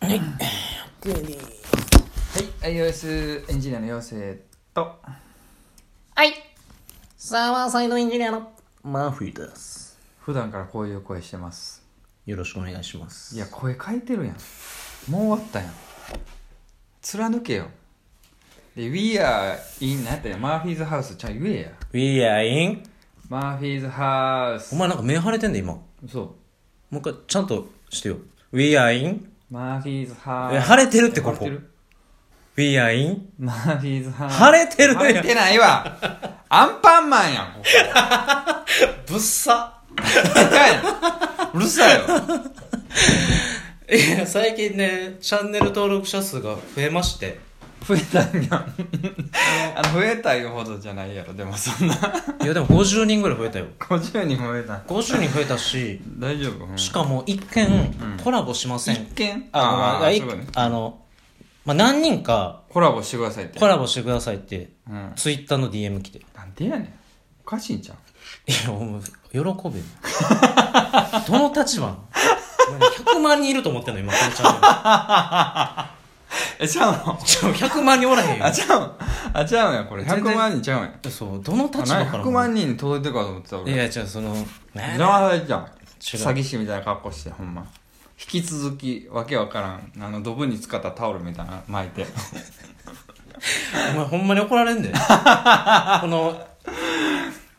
はい。グーに。はい、iOS エンジニアの陽生と、はい。サーバーサイドエンジニアのマーフィーです。普段からこういう声してます。よろしくお願いします。いや、声変えてるやん。もう終わったやん。貫けよ。で、We are in, なんやったマーフィーズハウスちゃん言えや。 We are in? マーフィーズハウおス。前なんか目腫れてんだ今。もそう一回ちゃんとしてよ。We are in? う。マーフィーズハウス。え、腫れてるってこえこ晴。る We are in? マーフィーズハウス。晴れてるやん晴れてないわ。アンパンマンやん、ここ。ぶっさ。うるさいよ。いや、最近ね、チャンネル登録者数が増えま して。増えたんやあの増えたいうほどじゃないやろでもそんないや、でも50人ぐらい増えたよ。 50人増えた50人増えたし、大丈夫、うん、しかも一見、コラボしません。見ああのああいすごいねあの、まあ、何人かコラボしてくださいってコラボしてくださいって、うんツイッターの DM 来て。いなんでやねんおかしいんちゃうや、お前、喜べよ。 どの立場なのお前100万人いると思ってんの今、このチャンえちゃうのネル。ちょ、100万人おらへんよ あ。ちゃうんあちゃうんやこれ全100然万人ちゃうんやそう、どの立あ場なから100万人に届いてるかと思ってたい俺や、じゃあその、ね邪魔されちゃう違う詐欺師みたいな格好してほんま引き続きわけわからんあのドブに使ったタオルみたいな巻い てお前ほんまに怒られ んで。この、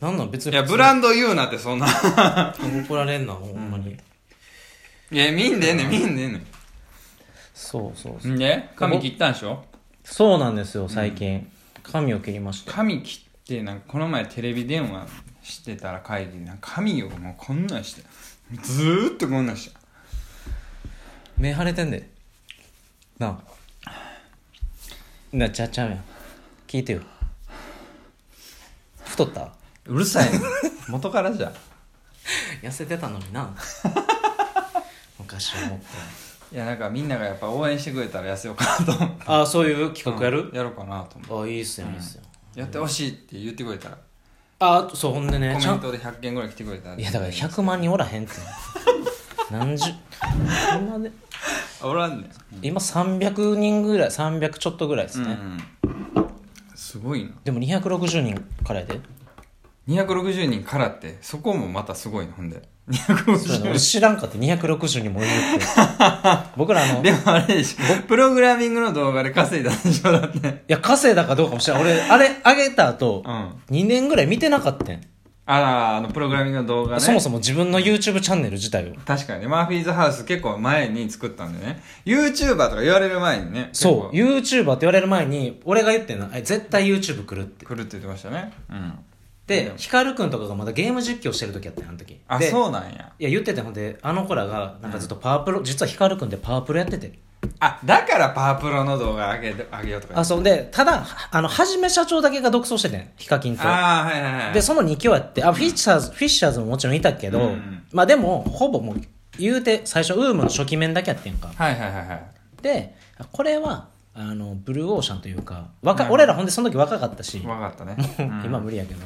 なんなん別いに。やブランド言うなってそんな怒られんな、ほんまに。いや見んでんねん見んでんねんそうそうそう。んで髪切ったんでしょそうなんですよ、最近。髪を切りました。髪切ってなんかこの前テレビ電話してたら会議でなんか髪をもうこんなんしてずーっとこんなんして目腫れてんでなあなちゃちゃうやん聞いてよ太ったうるさい ね元からじゃ痩せてたのにな 昔は思っていやなんかみんながやっぱ応援してくれたら痩せようかなと思ってああそういう企画やる、やろうかなと思っああいいっすよいいっすよ、てやってほしいって言ってくれたらああそうほんでコねメちゃンんトで100件ぐらい来てくれたらいやだから100万人おらへんって何十ほんまであおらんねん今300人ぐらい300ちょっとぐらいですうん、うね、ん、すごいなでも260人からやで260人からってそこもまたすごいねほんで260そうやな俺知らんかって260人もいる って僕らあのでもあれでしょプログラミングの動画で稼いだんでしょだっていや、稼いだかどうかもしれない。俺、あれ、あげた後う、ん2年ぐらい見てなかったん。あら、あの、プログラミングの動画ね。そもそも自分の YouTube チャンネル自体を。確かにね、マーフィーズハウス結構前に作ったんでね。YouTuber とか言われる前にね。そう、結 YouTuber って言われる前に、俺が言ってんの、え絶対 YouTube 来るって。構来るって言ってましたね。うん。で、ヒカルくんとかがまだゲーム実況してる時やったんや、あの時。あ、でそうなんや。いや、言ってて、ほんで、あの子らが、なんかずっとパワープロ、実はヒカルくんでパワープロやってて。あ、だからパワープロの動画上げて、上げようとか言あ、って。そう、で、ただ、あの、はじめ社長だけが独走しててん、ヒカキンと。あー、はいはいはい。で、その2強やって、あ、フィッシャーズ、フィッシャーズももちろんいたけど、うんまあでも、ほぼもう、言うて、最初、ウームの初期面だけやってんか。はいはいはいはい。でこれはあのブルーオーシャンというか若、うん俺らほんでその時若かったし、わかったね。 今無理やけど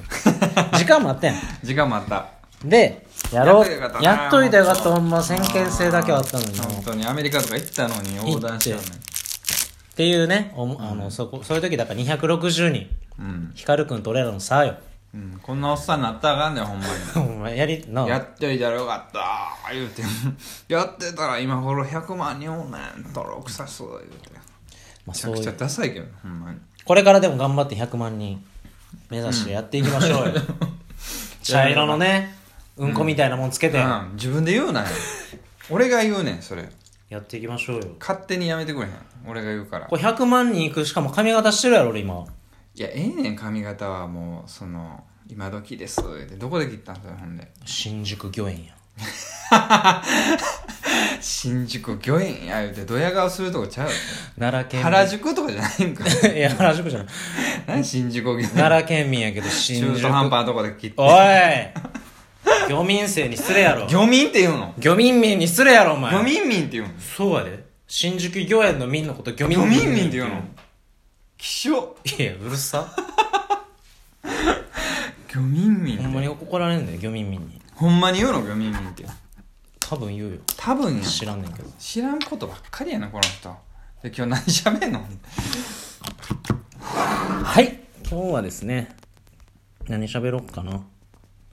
時間もあったやん時間もあった。でやろうやっといてよかったなやっといてよかったほんま先見性だけはあったのに本当にアメリカとか行ったのに横断しちゃうね。っていうねおもあのそこそういう時だから260人うん。光くんと俺らの差ようん。こんなおっさんになったらあかんねん、ほんまに。お前やりなやっといたらよかったー言うて やってたら今頃100万人おんねん登録者数言うてまあ、めちゃそうくちいゃうダサいけどほんまにこれからでも頑張って100万人目指してやっていきましょうよ、茶色のねうんこみたいなもんつけて、うん自分で言うなよ 俺が言うねんそれやっていきましょうよ勝手にやめてくれへん俺が言うからこれ100万人いくしかも髪型してるやろ俺今いやええねん髪型はもうその今時です言うてどこで切ったんそれほんで新宿御苑や新宿御苑や言うてドヤ顔するとこちゃうよ奈良県原宿とかじゃない んかいや原宿じゃない何新宿御苑奈良県民やけど新中宿途半端なとこで切っておい漁民生に失礼やろ漁民って言うの漁民民に失礼やろお前漁民民って言うのそうやで新宿御苑の民のこと漁民ドミンミン民って言うの希少いやうるさギョミンミンほんまに怒られんだよ漁民民にほんまに言うのギョミンミンってた多分言うよ多分やん知らんねんけど知らんことばっかりやなこの人で今日何喋んのはい今日はですね何喋ろっかな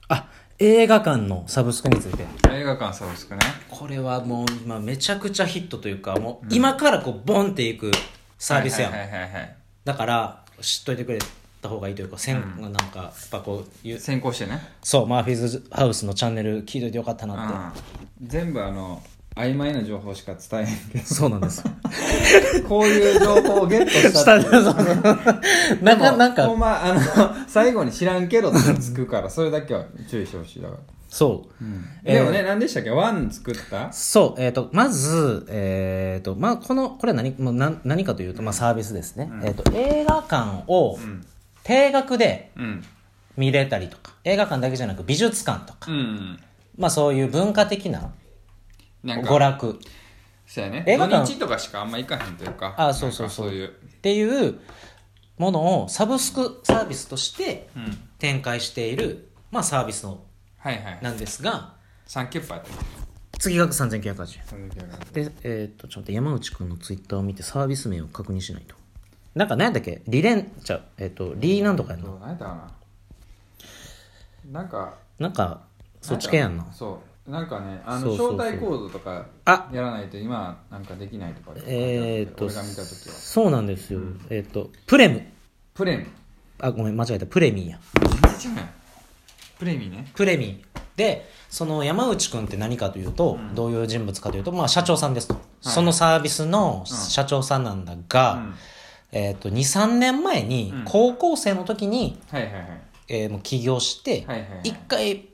あ映画館のサブスクについて映画館サブスクねこれはもう今めちゃくちゃヒットというかもう今からこうボンっていくサービスやん、はいはいはいはいだから知っといてくれた方がいいというかせん、なんかやっぱこう言う先行してね、そうマーフィーズハウスのチャンネル聞いといてよかったなって、うん、全部あの曖昧な情報しか伝えへんけそうなん ですどこういう情報をゲットし たっていうなんかなんほかんまあの最後に知らんけどってつくからそれだけは注意してほしいだから、そう、えーでもね何でしたっけワン作ったそう、えっ、と、まず、えっ、と、まあ、この、これは何、もう何何かというと、まあ、サービスですね。えっ、と、映画館をん定額でうん見れたりとか、映画館だけじゃなく美術館とか、うんまあ、そういう文化的ななん娯か楽そうやね映画館土日とかしかあんま行かへんというかあそうそうそうなんかそういうっていうものをサブスクサービスとしてうん展開している、まあ、サービスのはいはいなんですが、サンキュッパーやって月額3980円。るで、えっ、と、ちょっと待って山内くんのツイッターを見てサービス名を確認しないと。なんか、なんだっけリレン、ちゃう、えっ、と、リーなんとかやんなど。うなんやったかななんかなんか、そっち系やんな。そうなんかねあそのうそうそう招待コードとかあやらないと今なんかできないとかえーっと、俺が見た時はそうなんですよ。えーっと、プレム。プレミあ、ごめん、間違えた。プレミーや。全然違うやんプレミねプレミー。で、その山内くんって何かというと、どういう人物かというと、まあ、社長さんですと。そのサービスの社長さんなんだが、うんえーっと、2、3年前にうん、高校生の時に、はいはいはいえーもう起業して、はいはいはい一回、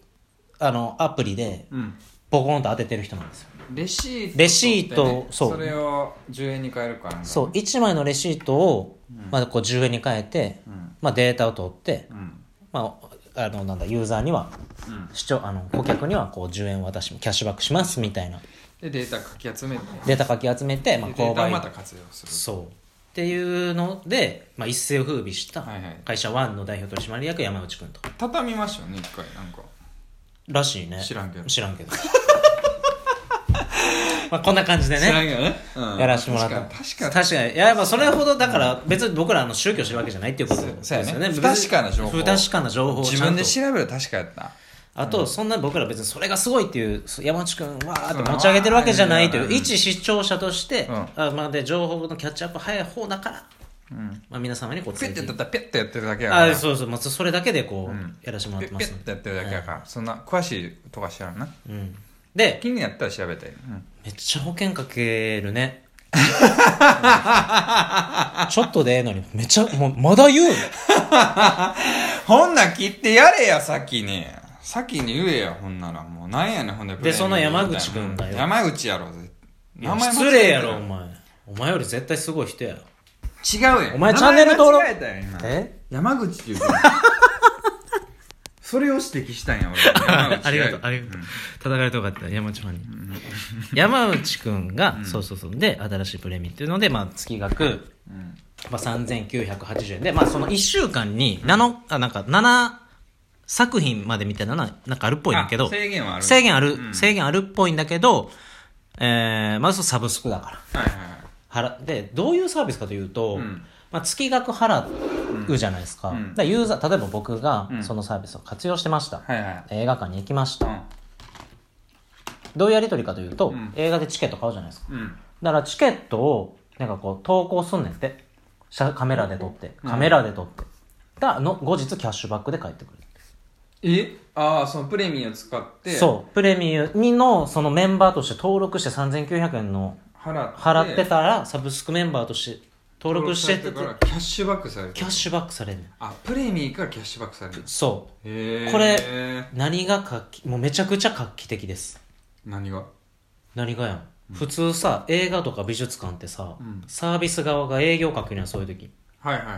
あの、アプリで、うんボコンと当ててる人なんですよ。レシート取ってね、レシートそうそれを10円に変えるからねそう、1枚のレシートを、まあ、こう10円に変えて、うんまあ、データを取って、うんまあ、あのなんだユーザーにはうん視聴あの顧客にはこう10円渡しキャッシュバックしますみたいなでデータかき集めて、データかき集めて、まあ、でデ購ータを買また活用するそうっていうので、まあ、一世を風靡したはいはい会社ワンの代表取締役山内君と畳みましたよね一回なんからしいね知らんけど知らんけど まあこんな感じで知らねんけどね、うんやらしてもらった確か確か確かにいやまあそれほどだから別に僕らあの宗教してるわけじゃないっていうことですそうよやねね不確かな情報不確かな情報をちゃんと自分で調べる確かやったあと、そんな僕ら別にそれがすごいっていう、そ山内くん、わーって持ち上げてるわけじゃないというう、ん一視聴者として、うんあまあ、で、情報のキャッチアップ早い方だから、うんまあ、皆様にこう、ピュッててやったらピュッてやってるだけやからあ、そうそう、まあ、それだけでこう、んやらせてもらピってまュッピュすッんてで。やってるだけやから、そんな詳しいとか知らんなうん。で、気になったら調べて、うんめっちゃ保険かける ね。ちょっとでええのに、めちゃ、もう、まだ言うのほんなら切ってやれや先に先に言えやほんならもうなんやねんほんででその山口くんだようん山口やろ絶い名や前間違失えて礼るやろ、お前。お前より絶対すごい人や。違うやんお前チャンネル登録名前間違えたやん今え山口っていうかそれを指摘したんや俺ありがとう、ありがとう。叩かれてよかった、山内ファンに。山内くんが、そうそうそう。で、新しいプレミっていうので、まあ、月額、うんまあ、3980円で、まあ、その1週間に、7、あ、なんか、7作品までみたいなのは、なんかあるっぽいんだけあど、制限はある制限ある、うん制限あるっぽいんだけど、えー、まずサブスクだから。はいはいはい払でどういうサービスかというと、んまあ、月額払うじゃないですか,、んでユーザー例えば僕がんそのサービスを活用してました、はいはい映画館に行きました、うどういうやり取りかというと、ん映画でチケット買うじゃないですかんうんだからチケットをなんかこう投稿すんねんってしゃカメラで撮ってカメラで撮って、がの後日キャッシュバックで返ってくるえああそのプレミアを使ってそうプレミアムのそのメンバーとして登録して3900円の払って払ってたらサブスクメンバーとして登録してて登録されからキャッシュバックされるキャッシュバックされるあプレミアからキャッシュバックされるそうへえこれ何が画期もうめちゃくちゃ画期的です何が何がやん普通さ映画とか美術館ってさ、んサービス側が営業かけるやんそういう時はいはいは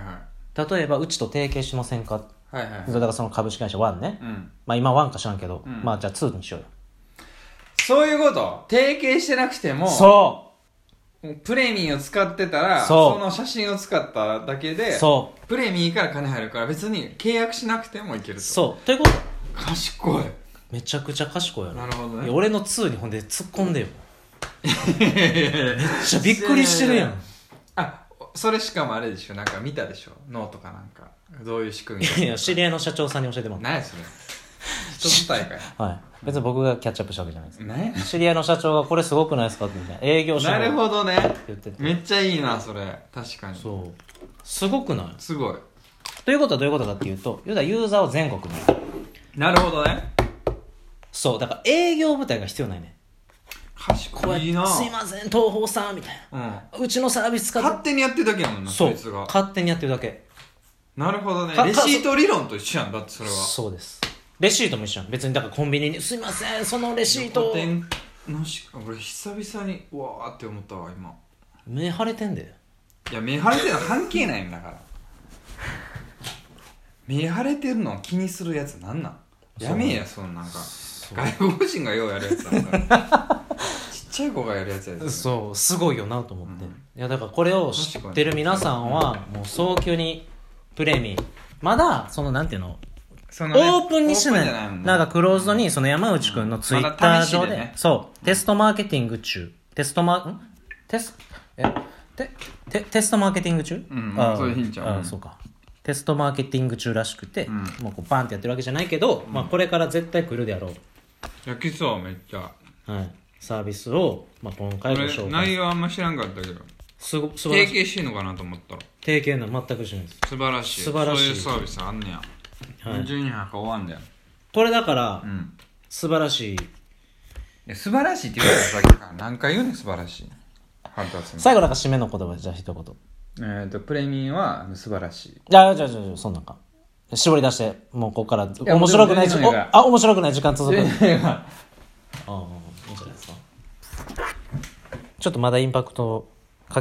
い例えばうちと提携しませんかはいはいはいだからその株式会社ワンね、うんまあ今ワンか知らんけど、んまあじゃあツーにしようよそういうこと提携してなくてもそプレミアを使ってたらそうの写真を使っただけうでそプレミアから金入るから別に契約しなくてもいけるうとそうということ賢いめちゃくちゃ賢いやろなるほどねいや俺の2にほんで突っ込んでよめめっちゃびっくりしてるやん あそれしかもあれでしょなんか見たでしょノートかなんかどういう仕組みか いやいや知り合いの社長さんに教えてもらっ何やそれ一つ大 会たはい別に僕がキャッチアップしたわけじゃないですね知り合いの社長がこれすごくないですかって言って営業所なるってほどね言っててめっちゃいいなそれ確かにそうすごくないすごいということはどういうことかっていうと言うたらユーザーを全国になるほどねそうだから営業部隊が必要ないねこう賢やっていなすいません東宝さん」みたいうんなうちのサービス使って勝手にやってるだけやもんなそそういつが勝手にやってるだけなるほどねかレシート理論と一緒やんだってそれはそうですレシートも一緒やん別にだからコンビニに「すいませんそのレシート古」典のし俺久々にうわーって思ったわ今目腫れてんだよいや目腫れてるの関係ないんだから目腫れてるのを気にするやつなんなんやめえやそのなんか外国人がようやるやつなんだからちっちゃい子がやるやつやでそうすごいよなと思って、うんいやだからこれを知ってる皆さんはもう早急にプレミまだそのなんていうのそオのねープンにしてなオープいじゃもんねなんかクローズドにその山内くんのツイッまターだ試し上でで,、ねそうテストマーケティング中テストマんテスえテテテストマーケティング中、うんあーそういう日にちゃうあーうんそうかテストマーケティング中らしくて、んもうこうバンってやってるわけじゃないけど、まあ、これから絶対来るであろ焼きそうめっちゃう、はい、サービスを、まあ、今回ご俺紹内介容あんま知らんかったけどすご素晴提らしい携してんのかなと思ったら提携の全くしないです素晴らしい素晴らしいそういうサービスあんねや、はい12泊終わんだよこれだからうん素晴らしいいや素晴らしいって言うからさっきから何回言うねん素晴らしい腹立つな最後なんか締めの言葉でじゃあ一言えっとプレミンは素晴らしいじゃあじゃあじゃあじゃあそんなんか絞り出してもうここからや面白くない時もう全然いいから間あ面白くない時間続くあいあいいんじゃないですかちょっとまだインパクト